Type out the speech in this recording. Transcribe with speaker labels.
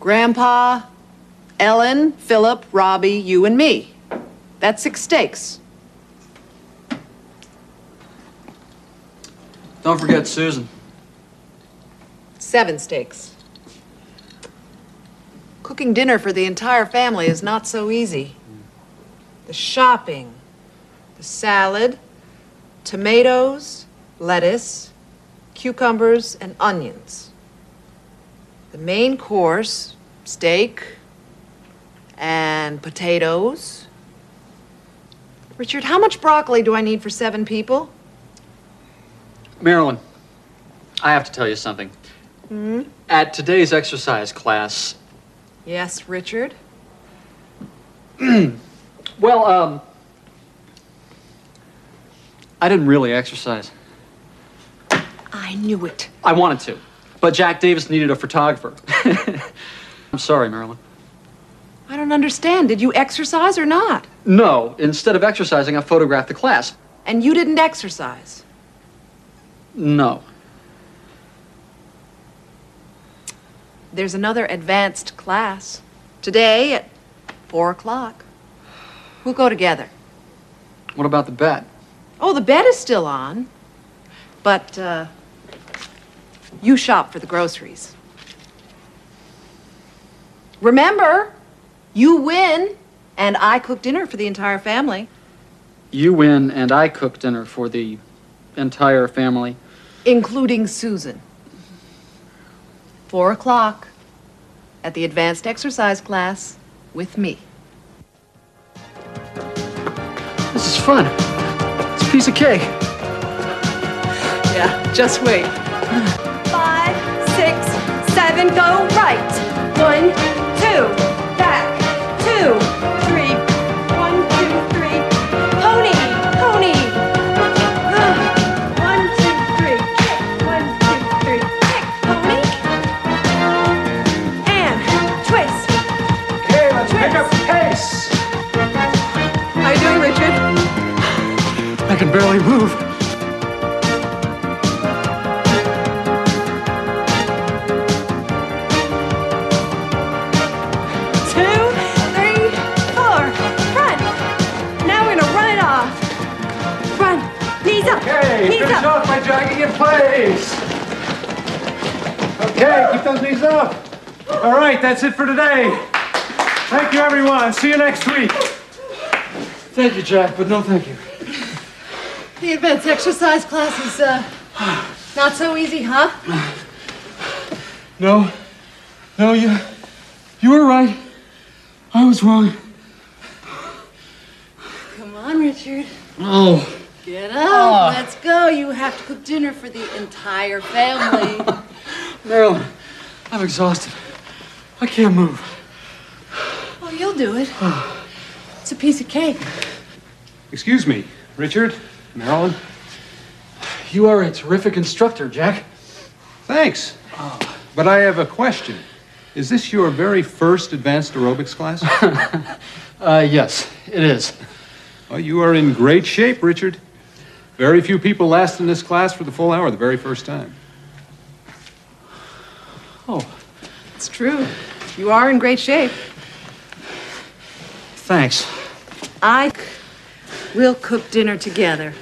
Speaker 1: Grandpa, Ellen, Philip, Robbie, you and me. That's six steaks.
Speaker 2: Don't forget Susan.
Speaker 1: Seven steaks. Cooking dinner for the entire family is not so easy. The shopping, the salad, tomatoes, lettuce, cucumbers, and onions. The main course, steak and potatoes. Richard, how much broccoli do I need for seven people?
Speaker 2: Marilyn, I have to tell you something. At today's exercise class,
Speaker 1: Yes, Richard.
Speaker 2: well, um, I didn't really exercise.
Speaker 1: I knew it.
Speaker 2: I wanted to, but Jack Davis needed a photographer. I'm sorry, Marilyn.
Speaker 1: I don't understand. Did you exercise or not?
Speaker 2: No, instead of exercising, I photographed the class.
Speaker 1: And you didn't exercise.
Speaker 2: No.
Speaker 1: There's another advanced class today at four o'clock. We'll go together.
Speaker 2: What about the bet?
Speaker 1: Oh, the bed is still on, but uh, you shop for the groceries. Remember, you win, and I cook dinner for the entire family,
Speaker 2: You win, and I cook dinner for the entire family.
Speaker 1: including Susan. Four o'clock at the advanced exercise class with me.
Speaker 2: This is fun. It's a piece of cake.
Speaker 1: Yeah, just wait.
Speaker 3: Five, six, seven, go right. One, two, back, two, three. One, two, three. Pony, pony. Ugh. One, two, three, kick. One, two, three, kick, pony. And twist. Okay, let's pick up
Speaker 2: Pace!
Speaker 3: How you doing, Richard?
Speaker 2: I can barely move.
Speaker 3: Two, three, four. Run. Now we're gonna run it off. Run. Knees up. Knees up.
Speaker 4: by jogging in place. Okay, keep those knees up. All right, that's it for today. Thank you, everyone. See you next week.
Speaker 2: Thank you, Jack, but no thank you.
Speaker 1: The advanced exercise class is uh, not so easy, huh?
Speaker 2: No. No, you. You were right. I was wrong.
Speaker 5: Come on, Richard.
Speaker 2: Oh.
Speaker 5: Get up. Let's go. You have to cook dinner for the entire family.
Speaker 2: Marilyn, I'm exhausted. I can't move.
Speaker 5: oh, you'll do it. It's a piece of cake.
Speaker 4: Excuse me, Richard, Marilyn.
Speaker 2: You are a terrific instructor, Jack.
Speaker 4: Thanks. But I have a question. Is this your very first advanced aerobics class?
Speaker 2: Uh, yes, it is.
Speaker 4: well, you are in great shape, Richard. Very few people last in this class for the full hour the very first time.
Speaker 2: Oh,
Speaker 1: It's true. You are in great shape.
Speaker 2: thanks.
Speaker 1: I c- we'll cook dinner together.